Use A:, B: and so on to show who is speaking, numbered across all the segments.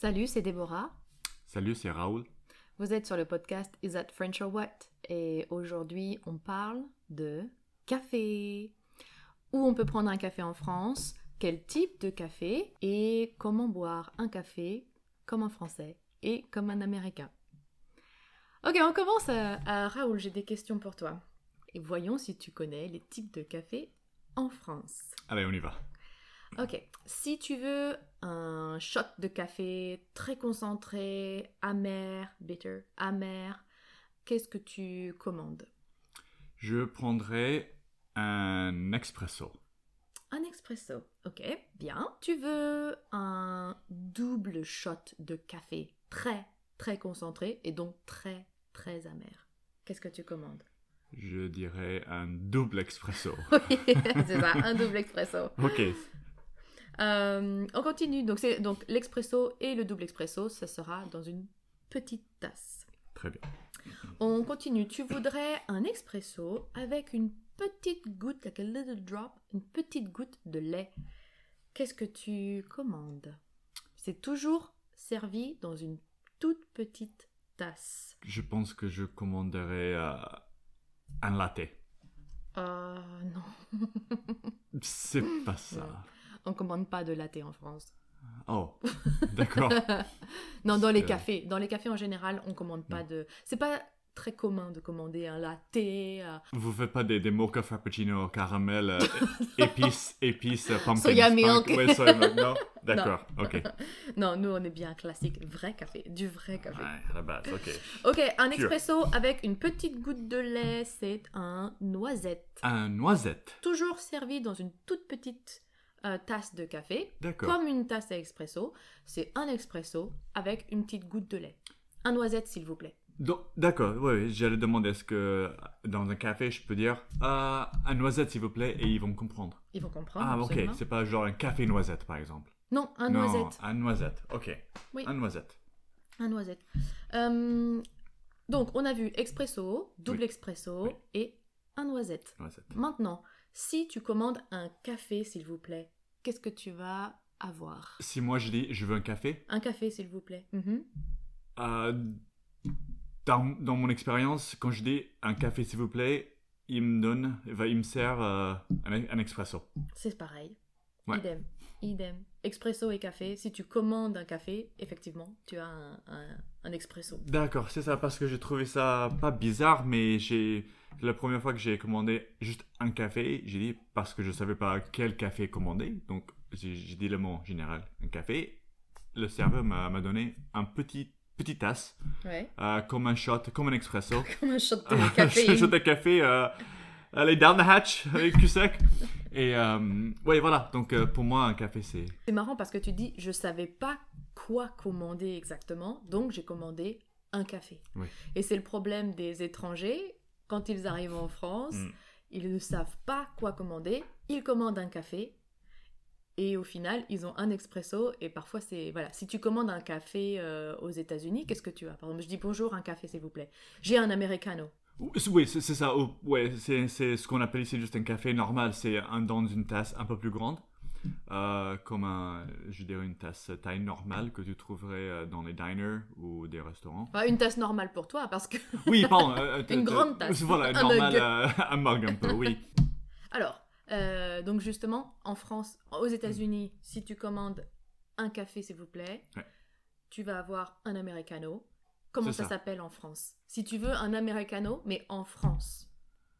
A: Salut, c'est Déborah.
B: Salut, c'est Raoul.
A: Vous êtes sur le podcast Is That French or What? Et aujourd'hui, on parle de café. Où on peut prendre un café en France, quel type de café et comment boire un café comme un Français et comme un Américain. Ok, on commence à, à Raoul, j'ai des questions pour toi. Et voyons si tu connais les types de café en France.
B: Allez, on y va.
A: Ok, si tu veux un shot de café très concentré, amer, bitter, amer, qu'est-ce que tu commandes
B: Je prendrai un expresso.
A: Un expresso, ok, bien. Tu veux un double shot de café très, très concentré et donc très, très amer. Qu'est-ce que tu commandes
B: Je dirais un double expresso.
A: Oui, c'est ça, un double expresso.
B: ok.
A: Euh, on continue. Donc, c'est donc l'expresso et le double expresso, ça sera dans une petite tasse.
B: Très bien.
A: On continue. Tu voudrais un expresso avec une petite goutte, like a little drop, une petite goutte de lait. Qu'est-ce que tu commandes C'est toujours servi dans une toute petite tasse.
B: Je pense que je commanderai euh, un latte.
A: Euh, non.
B: C'est pas ça.
A: On commande pas de latte en France.
B: Oh, d'accord.
A: non, dans les
B: C'est-
A: cafés. Dans les cafés en général, on commande pas de. C'est pas très commun de commander un latte. euh. un
B: Vous faites pas des, des mocha frappuccino, caramel, euh, épices, épices, euh, pumpkin
A: Soya
B: spice-
A: milk.
B: ouais, soya milk, Non, d'accord. Ok.
A: Non, nous on est bien classique, vrai café, du vrai café.
B: Ouais, à la base, ok.
A: Ok, un
B: Pur.
A: expresso avec une petite goutte de lait, c'est un noisette.
B: Un noisette.
A: Toujours servi dans une toute petite euh, tasse de café,
B: D'accord.
A: comme une tasse à expresso. C'est un expresso avec une petite goutte de lait. Un noisette, s'il vous plaît.
B: Donc, D'accord, oui, oui, j'allais demander est-ce que dans un café je peux dire euh, un noisette s'il vous plaît et ils vont comprendre.
A: Ils vont comprendre.
B: Ah,
A: absolument.
B: ok, c'est pas genre un café noisette par exemple.
A: Non, un
B: non,
A: noisette.
B: Un noisette, ok.
A: Oui.
B: Un noisette.
A: Un noisette. Euh, donc, on a vu expresso, double
B: Oui.
A: expresso
B: Oui.
A: et un noisette.
B: noisette.
A: Maintenant, si tu commandes un café, s'il vous plaît, qu'est-ce que tu vas avoir
B: Si moi je dis je veux un café,
A: Un café, s'il vous plaît. Mhm.
B: euh, dans, dans mon expérience, quand je dis un café s'il vous plaît, il me donne, il va- il me sert euh, un, un expresso.
A: C'est pareil.
B: Ouais.
A: Idem. Idem. Expresso et café. Si tu commandes un café, effectivement, tu as un, un- un expresso.
B: D'accord, c'est ça, parce que j'ai trouvé ça pas bizarre, mais j'ai. La première fois que j'ai commandé juste un café, j'ai dit parce que je savais pas quel café commander, donc j'ai j'ai dit le mot en général, un café. Le serveur m'a m'a donné un petit petit tasse,
A: Ouais.
B: euh, comme un shot, comme un expresso.
A: Comme un shot de
B: Je
A: café.
B: Ah, shot de café, euh, allez down the hatch avec cul sec. Et euh, ouais, voilà, donc euh, pour moi, un café c'est.
A: C'est marrant parce que tu dis, je savais pas quoi commander exactement, donc j'ai commandé un café.
B: Oui.
A: Et c'est le problème des étrangers quand ils arrivent en France,
B: Mm.
A: ils ne savent pas quoi commander, ils commandent un café. Et au final, ils ont un expresso et parfois c'est voilà. Si tu commandes un café euh, aux États-Unis, qu'est-ce que tu as Par exemple, je dis bonjour, un café s'il vous plaît. J'ai un americano.
B: Oui, c'est c'est ça. oh, ouais, c'est c'est ce qu'on appelle ici juste un café normal. C'est un dans une tasse un peu plus grande, euh, comme un, je dirais une tasse taille normale que tu trouverais euh, dans les diners ou des restaurants.
A: Enfin, une tasse normale pour toi parce que
B: Oui, pardon. euh, euh,
A: Une
B: euh,
A: grande tasse,
B: Voilà,
A: un
B: normal,
A: mug.
B: euh, un mug un peu. Oui.
A: Alors, euh, donc justement, en France, aux États-Unis, si tu commandes un café, s'il vous plaît,
B: Ouais.
A: tu vas avoir un americano. Comment
B: C'est
A: ça
B: ça.
A: s'appelle en France Si tu veux un americano, mais en France,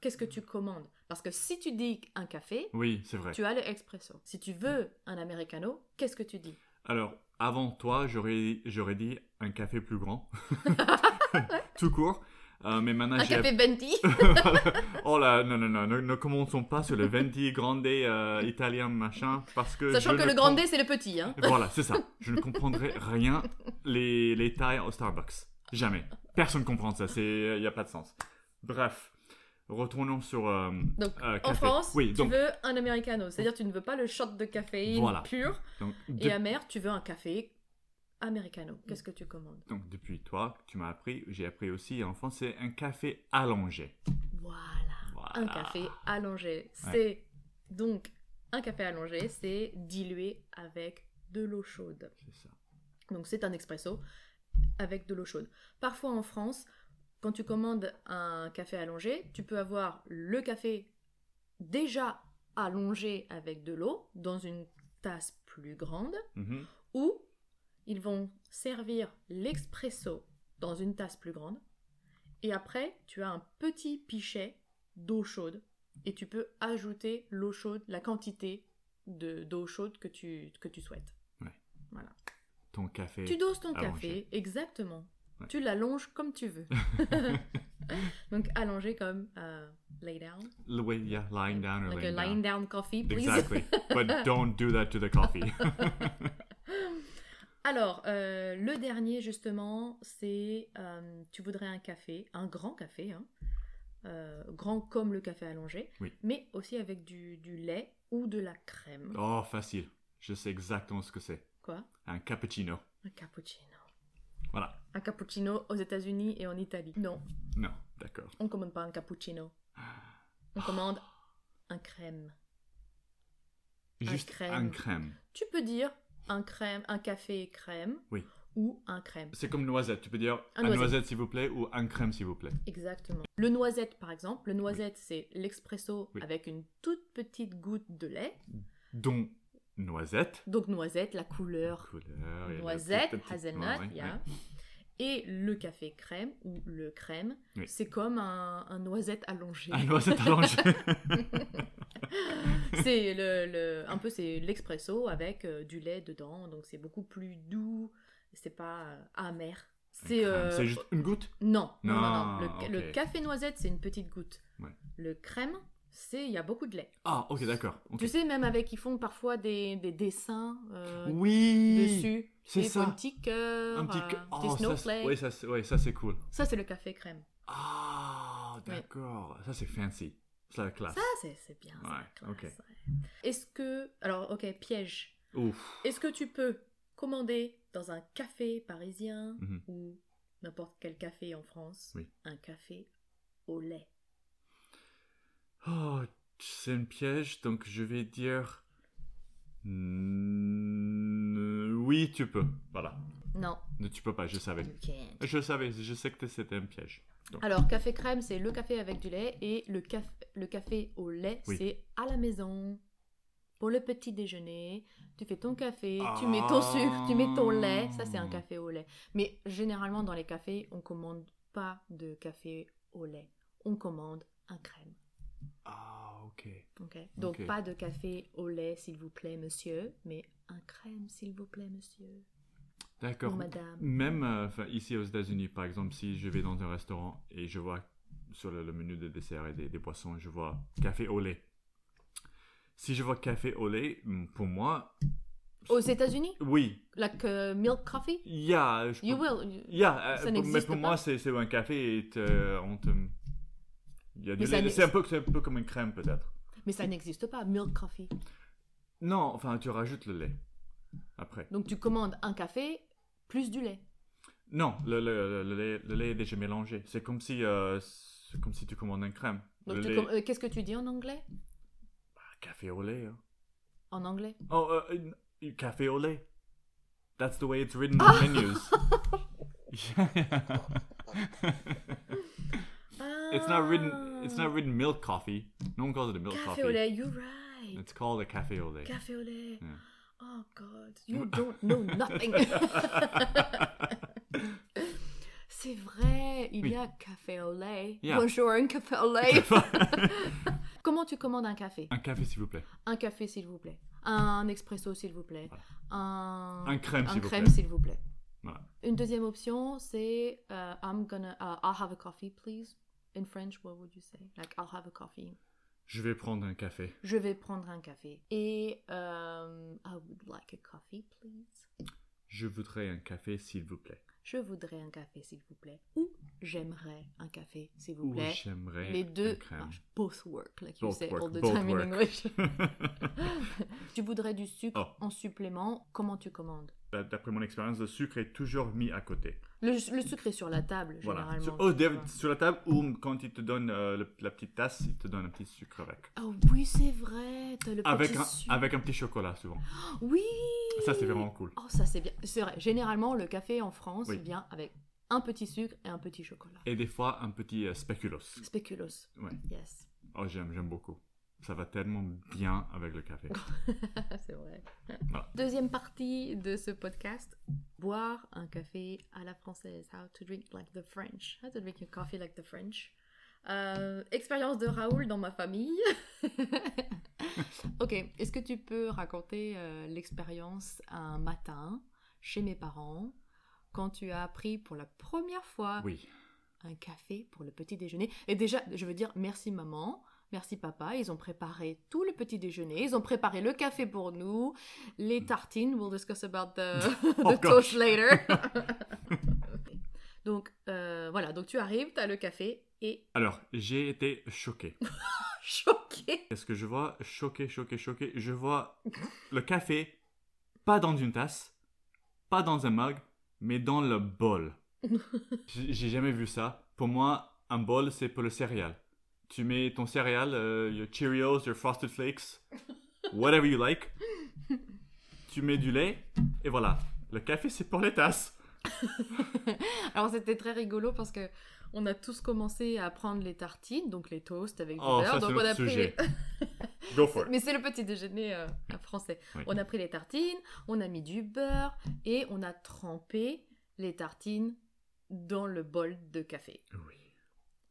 A: qu'est-ce que tu commandes Parce que si tu dis un café,
B: Oui, c'est vrai.
A: tu as le expresso. Si tu veux un americano, qu'est-ce que tu dis
B: Alors, avant toi, j'aurais j'aurais dit un café plus grand, tout court. Euh, mais maintenant,
A: Un
B: j'ai
A: café Benti
B: Euh, oh là, non, non, non, ne, ne commençons pas sur le Venti Grande euh, italien machin, parce que...
A: Sachant
B: je
A: que
B: ne
A: le grande, c'est le petit, hein
B: com- Voilà, c'est ça. Je ne comprendrai rien les, les tailles au Starbucks. Jamais. Personne ne comprend ça, il n'y a pas de sens. Bref, retournons sur... euh,
A: Donc,
B: euh,
A: En
B: café.
A: France,
B: oui,
A: tu
B: donc,
A: veux un americano, c'est-à-dire tu ne veux pas le shot de caféine
B: Voilà.
A: pur,
B: donc,
A: Et
B: de-
A: amer, tu veux un café americano. Qu'est-ce que tu commandes
B: donc, depuis toi, tu m'as appris, j'ai appris aussi en France, c'est un café allongé.
A: Voilà.
B: Voilà.
A: Un café allongé. C'est donc un café allongé, c'est dilué avec de l'eau chaude.
B: C'est ça.
A: Donc c'est un expresso avec de l'eau chaude. Parfois en France, quand tu commandes un café allongé, tu peux avoir le café déjà allongé avec de l'eau dans une tasse plus grande
B: Mhm.
A: ou ils vont servir l'expresso dans une tasse plus grande et après tu as un petit pichet d'eau chaude et tu peux ajouter l'eau chaude, la quantité de d'eau chaude que tu, que tu souhaites.
B: Ton café.
A: Tu doses ton
B: allongé.
A: café, exactement.
B: Ouais.
A: Tu l'allonges comme tu veux. Donc allongé comme euh, lay down.
B: The way- yeah, lying down or
A: like
B: laying
A: a lying down, coffee, please.
B: Exactly. But don't do that to the coffee.
A: Alors, euh, le dernier, justement, c'est euh, tu voudrais un café, un grand café, hein, euh, grand comme le café allongé,
B: Oui.
A: mais aussi avec du, du lait ou de la crème.
B: oh, facile. Je sais exactement ce que c'est.
A: Quoi
B: Un cappuccino.
A: Un cappuccino.
B: Voilà.
A: Un cappuccino aux États-Unis et en Italie. Non,
B: Non, d'accord.
A: on commande pas un cappuccino. On
B: Ah.
A: commande un crème.
B: Juste
A: crème.
B: un crème.
A: Tu peux dire un crème, un café crème
B: Oui.
A: ou un crème.
B: C'est comme noisette. Tu peux dire
A: Un
B: un,
A: noisette.
B: noisette, s'il vous plaît ou un crème s'il vous plaît.
A: Exactement. Le noisette, par exemple. Le noisette, c'est l'expresso
B: Oui.
A: avec une toute petite goutte de lait.
B: Dont noisette.
A: Donc noisette, la couleur
B: Couleur. il y a le
A: noisette,
B: petit- petit-
A: hazelnut,
B: ouais, ouais,
A: yeah.
B: ouais.
A: Et le café crème ou le crème,
B: Oui.
A: c'est comme un, un noisette allongé.
B: Un Ah, noisette allongée.
A: c'est le, le- un peu c'est l'expresso avec euh, du lait dedans, donc c'est beaucoup plus doux, c'est pas euh, amer. C'est euh,
B: C'est juste une goutte.
A: non, non, non, non.
B: Non,
A: Le, le
B: ok.
A: café noisette, c'est une petite goutte.
B: Ouais.
A: Le crème, c'est il y a beaucoup de lait.
B: Ah, ok, d'accord. ok.
A: Tu sais, même avec, ils font parfois des, des dessins euh,
B: Oui.
A: dessus.
B: c'est
A: Ils font
B: ça.
A: Un petit cœur,
B: Un petit.
A: euh,
B: ca-
A: des
B: Oh, ça, c'est-
A: snowflakes.
B: ouais, ça, c'est- ouais, ça c'est cool.
A: Ça, c'est le café crème.
B: Ah, d'accord. Ça, c'est fancy. C'est la classe.
A: Ça, c'est c'est bien. c'est la
B: Ouais,
A: classe,
B: ok.
A: ouais. Est-ce que. Alors, ok, piège.
B: Ouf.
A: Est-ce que tu peux commander dans un café parisien
B: Mhm.
A: ou n'importe quel café en France
B: Oui.
A: un café au lait
B: Oh, c'est un piège, donc je vais dire. Mm, Oui, tu peux. Voilà.
A: Non.
B: Ne tu peux pas, je savais.
A: you can't.
B: Je savais, je sais que c'était un piège.
A: Alors, café crème, c'est le café avec du lait et le, caf- le café au lait,
B: Oui.
A: c'est à la maison. Pour le petit déjeuner, tu fais ton café, tu
B: Ah.
A: mets ton sucre, tu mets ton lait. Ça, c'est un café au lait. Mais généralement, dans les cafés, on commande pas de café au lait. On commande un crème.
B: Ah, ok.
A: ok Donc,
B: Ok.
A: pas de café au lait, s'il vous plaît, monsieur, mais un crème, s'il vous plaît, monsieur ou
B: D'accord.
A: madame.
B: Même euh, 'fin, ici aux États-Unis, par exemple, si je vais dans un restaurant et je vois sur le, le menu de dessert et des, des boissons, je vois café au lait. Si je vois café au lait, mm, pour moi,
A: Aux États-Unis,
B: oui,
A: like uh, milk coffee,
B: yeah, je
A: you
B: peux-
A: will. you- Ça
B: yeah, euh, pour- mais
A: n'existe
B: pour
A: pas.
B: moi, c'est c'est un café et te- on te- il y a du
A: Mais ça
B: lait.
A: n'ex-
B: C'est un, peu- c'est un peu comme une crème, peut-être.
A: Mais ça n'existe pas, milk coffee.
B: Non, enfin, tu rajoutes le lait après.
A: Donc tu commandes un café plus du lait.
B: Non, le, le- le- le lait, le lait est déjà mélangé. C'est comme si, euh, c'est comme si tu commandes une crème.
A: Donc
B: Le
A: tu
B: lait-
A: com- euh, qu'est-ce que tu dis en anglais
B: Café au lait. hein.
A: En anglais
B: Oh, euh, n- you- café au lait. That's the way it's written on menus. it's not written. It's not written milk coffee. No one calls it a milk
A: café
B: coffee.
A: au lait. You're right.
B: It's called a café au lait.
A: Café au lait.
B: Yeah.
A: Oh God, you don't know nothing. C'est vrai, il y a café au lait.
B: Yeah.
A: Bonjour, un café au lait. Comment tu commandes un café
B: un café s'il vous plaît.
A: Un café, s'il vous plaît. Un expresso, s'il vous plaît. Un,
B: Un crème, s'il vous
A: crème,
B: plaît.
A: s'il vous plaît.
B: Voilà.
A: Une deuxième option, c'est euh, I'm gonna, uh, I'll have a coffee, please. In French, what would you say? Like, I'll have a coffee.
B: Je vais prendre un café.
A: Je vais prendre un café. Et euh, I would like a coffee, please.
B: Je voudrais un café s'il vous plaît.
A: Je voudrais un café, s'il vous plaît. Ou j'aimerais un café, s'il vous
B: Ou
A: plaît.
B: j'aimerais.
A: Les deux
B: une crème.
A: marchent. Both work, like you
B: Both
A: say
B: work,
A: all the
B: both
A: time in
B: work.
A: English. tu voudrais du sucre
B: Oh.
A: en supplément, comment tu commandes
B: Bah, D'après mon expérience, le sucre est toujours mis à côté.
A: le, le sucre est sur la table,
B: Voilà.
A: généralement.
B: Sur, oh,
A: tu
B: Dave,
A: vois.
B: sur la table ou quand ils te donnent euh, le- la petite tasse, ils te donnent un petit sucre avec.
A: Ah oui, c'est vrai, t'as le petit
B: Avec un,
A: sucre.
B: avec un petit chocolat souvent.
A: Oui
B: Ça, c'est vraiment cool.
A: Oh, ça c'est bien. C'est vrai, généralement, le café en France
B: Oui.
A: vient avec un petit sucre et un petit chocolat.
B: Et des fois, un petit euh, spéculoos.
A: Spéculoos.
B: Ouais.
A: Yes.
B: Oh, j'aime, j'aime beaucoup. Ça va tellement bien avec le café.
A: c'est vrai.
B: Voilà.
A: Deuxième partie de ce podcast. Boire un café à la française. How to drink like the French. How to drink your coffee like the French. Euh, expérience de Raoul dans ma famille. ok, est-ce que tu peux raconter euh, l'expérience un matin chez mes parents quand tu as appris pour la première fois
B: Oui.
A: un café pour le petit déjeuner. Et déjà, je veux dire merci maman, merci papa. Ils ont préparé tout le petit déjeuner. Ils ont préparé le café pour nous, les tartines. We'll discuss about the, the
B: Oh,
A: toast
B: gosh.
A: later. donc euh, voilà, donc tu arrives, tu as le café et
B: Alors, j'ai été choqué.
A: choqué.
B: Qu'est-ce que je vois Choqué, choqué, choqué. Je vois le café, pas dans une tasse, pas dans un mug, mais dans le bol. J'ai j'ai jamais vu ça. Pour moi, un bol, c'est pour le céréal. Tu mets ton céréal, euh, your Cheerios, your Frosted Flakes, whatever you like. Tu mets du lait, et voilà. Le café, c'est pour les tasses.
A: Alors c'était très rigolo parce que on a tous commencé à prendre les tartines, donc les toasts avec du
B: Oh,
A: beurre.
B: ça, c'est
A: donc on a
B: notre
A: pris les-
B: sujet. Go for it.
A: Mais c'est le petit déjeuner euh, à français.
B: Oui.
A: On a pris les tartines, on a mis du beurre et on a trempé les tartines dans le bol de café.
B: Oui.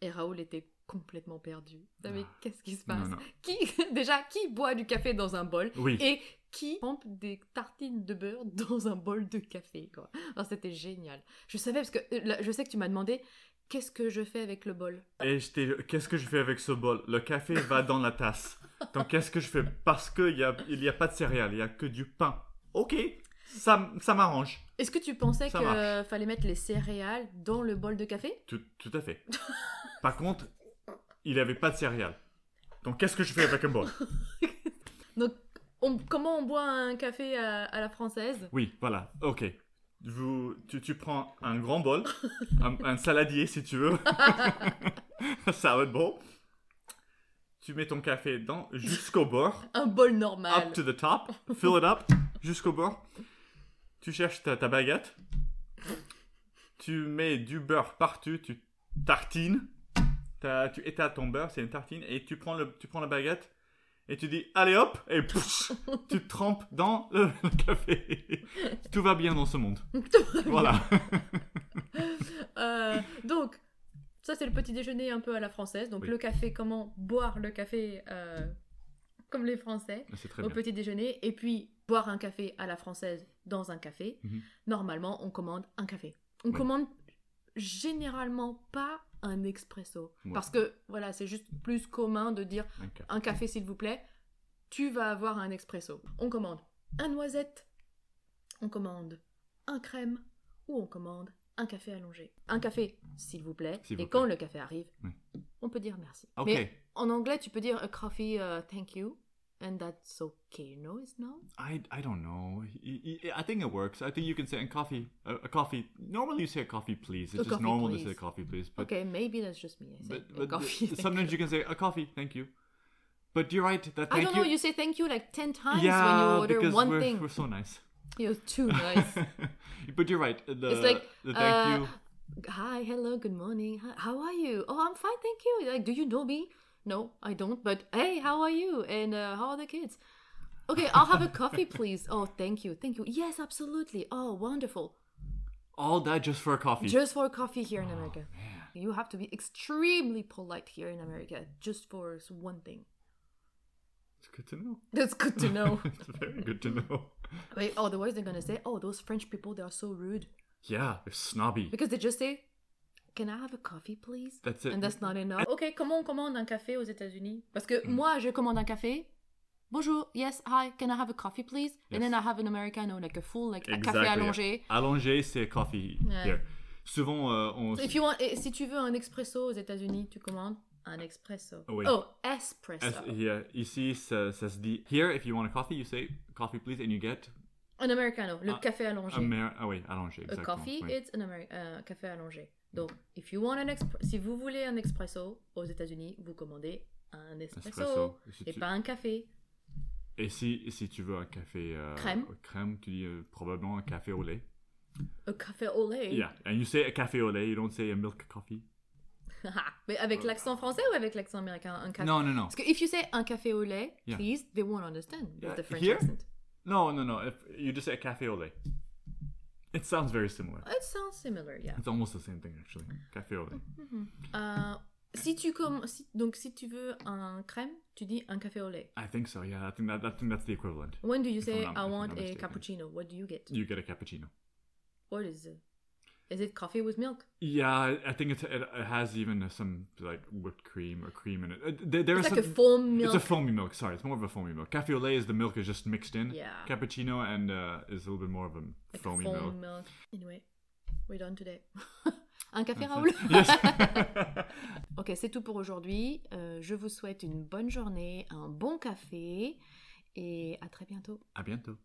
A: Et Raoul était complètement perdu. Ah, Mais
B: Ah.
A: qu'est-ce qui se
B: Non,
A: passe
B: non.
A: Qui déjà qui boit du café dans un bol
B: Oui.
A: et qui trempe des tartines de beurre dans un bol de café quoi. Alors, c'était génial. Je savais parce que euh, là, je sais que tu m'as demandé qu'est-ce que je fais avec le bol.
B: Et j'étais, qu'est-ce que je fais avec ce bol Le café va dans la tasse. Donc qu'est-ce que je fais Parce qu'il n'y a, il y a pas de céréales, il n'y a que du pain. Ok, ça, m- ça m'arrange.
A: Est-ce que tu pensais
B: Ça
A: que
B: marche.
A: euh, fallait mettre les céréales dans le bol de café
B: Tout, tout à fait. Par contre, il n'y avait pas de céréales. Donc qu'est-ce que je fais avec un bol
A: Donc, on- comment on boit un café à, à la française
B: Oui, voilà, ok. Vous, tu, tu prends un grand bol, un, un saladier si tu veux. ça va être bon. Tu mets ton café dedans jusqu'au bord.
A: Un bol normal.
B: up to the top, fill it up jusqu'au bord. Tu cherches ta, ta baguette. Tu mets du beurre partout, tu tartines. T'as- tu étales ton beurre, c'est une tartine, et tu prends, le, tu prends la baguette et tu dis allez hop, et pouf, tu trempes dans le, le café. Tout va bien dans ce monde. voilà.
A: Euh, donc, ça c'est le petit déjeuner un peu à la française. Donc,
B: Oui.
A: le café, comment boire le café euh, comme les Français
B: C'est très
A: au
B: bien.
A: petit déjeuner. Et puis, boire un café à la française dans un café.
B: Mhm.
A: Normalement, on commande un café. On
B: Oui.
A: commande généralement pas un expresso.
B: Ouais.
A: Parce que, voilà, c'est juste plus commun de dire
B: Un café.
A: un café s'il vous plaît, tu vas avoir un expresso. On commande un noisette, on commande un crème ou on commande un café allongé. Un café s'il vous plaît,
B: S'il
A: et
B: vous
A: quand
B: plaît.
A: le café arrive,
B: Oui.
A: on peut dire merci.
B: Ok.
A: Mais en anglais, tu peux dire a coffee, uh, thank you, and that's okay. No, it's not.
B: I, I don't know. I, I- I think it works. I think you can say a coffee. A, a coffee. Normally you say a coffee, please. It's
A: A
B: just
A: coffee,
B: normal
A: please.
B: to say a coffee, please. But,
A: okay, maybe that's just me. I say
B: but,
A: a
B: but
A: coffee. thank
B: sometimes
A: you.
B: you can say a coffee, thank you. But you're right. That
A: I
B: thank
A: don't know. You say thank you like ten times
B: yeah,
A: when you order
B: because
A: one
B: we're,
A: thing.
B: we're so nice.
A: You're too nice.
B: but you're right. The,
A: It's like,
B: the thank
A: uh,
B: you.
A: hi hello good morning hi, how are you oh i'm fine thank you like do you know me no i don't but hey how are you and uh, how are the kids okay i'll have a coffee please oh thank you thank you yes absolutely oh wonderful
B: All that just for a coffee.
A: just for a coffee here
B: Oh,
A: in america you have to be extremely polite here in america just for one thing
B: It's good to know.
A: that's good to know
B: it's very good to know.
A: Wait, otherwise they're gonna say oh those french people they are so rude
B: Yeah, they're snobby.
A: because they just say Can I have a coffee, please?
B: That's it.
A: And that's not enough. Ok, comment on commande un café aux États-Unis Parce
B: Hmm.
A: que moi, je commande un café. Bonjour, yes, hi, can I have a coffee, please? And
B: Yes.
A: then I have an Americano, like a full, like a
B: Exactly.
A: café allongé.
B: Allongé, c'est coffee
A: Yeah.
B: here. souvent, euh, on...
A: If you want- et si tu veux un expresso aux États-Unis, tu commandes un expresso.
B: Oui. eh.
A: Oh, espresso.
B: as- yeah, ici, ça, ça se dit, here, if you want a coffee, you say, coffee please, and you get
A: Un americano, le
B: Ah,
A: café allongé.
B: Amer- ah oui, allongé,
A: A
B: exactement.
A: coffee,
B: oui.
A: it's an Ameri- euh, café allongé. Donc, if you want an expre- si vous voulez un expresso aux États-Unis, vous commandez un espresso,
B: Espresso. Si
A: et
B: tu-
A: pas un café.
B: Et si, si tu veux un café euh,
A: Crème.
B: crème, tu dis euh, probablement un café au lait.
A: A café au lait.
B: Yeah, and you say a café au lait, you don't say a milk coffee.
A: Mais avec l'accent français ou avec l'accent américain Un café.
B: Euh. Non, non, non.
A: Parce que if you say un café au lait,
B: Yeah.
A: please, they won't understand
B: Yeah,
A: with the French
B: here?
A: accent.
B: No, no, no. If you just say a café au lait. It sounds very similar.
A: It sounds similar, yeah.
B: It's almost the same thing, actually. Café au lait.
A: Euh, si tu comm- si- donc si tu veux un crème, tu dis un café au lait.
B: I think so, yeah. I think, that, I think that's the equivalent.
A: When do you
B: If I'm
A: say
B: not-
A: I
B: if I'm
A: want
B: not
A: a
B: mistaken.
A: cappuccino? What do you get?
B: You get a cappuccino.
A: What is it? Is it coffee with milk?
B: Yeah, I- I think it's, it, it has even some, like, whipped cream or cream in it. Uh, There, there
A: It's
B: is
A: like a
B: some-
A: full milk.
B: It's a foamy milk. Sorry, it's more of a foamy milk. Cafe au lait is the milk is just mixed in.
A: Yeah.
B: Cappuccino and uh, is a little bit more of a
A: like
B: foamy
A: foam
B: milk.
A: milk. Anyway, we're done today. Un café
B: That's
A: Raoul
B: it. yes.
A: Ok, c'est tout pour aujourd'hui. Euh, je vous souhaite une bonne journée, un bon café et à très bientôt.
B: A bientôt.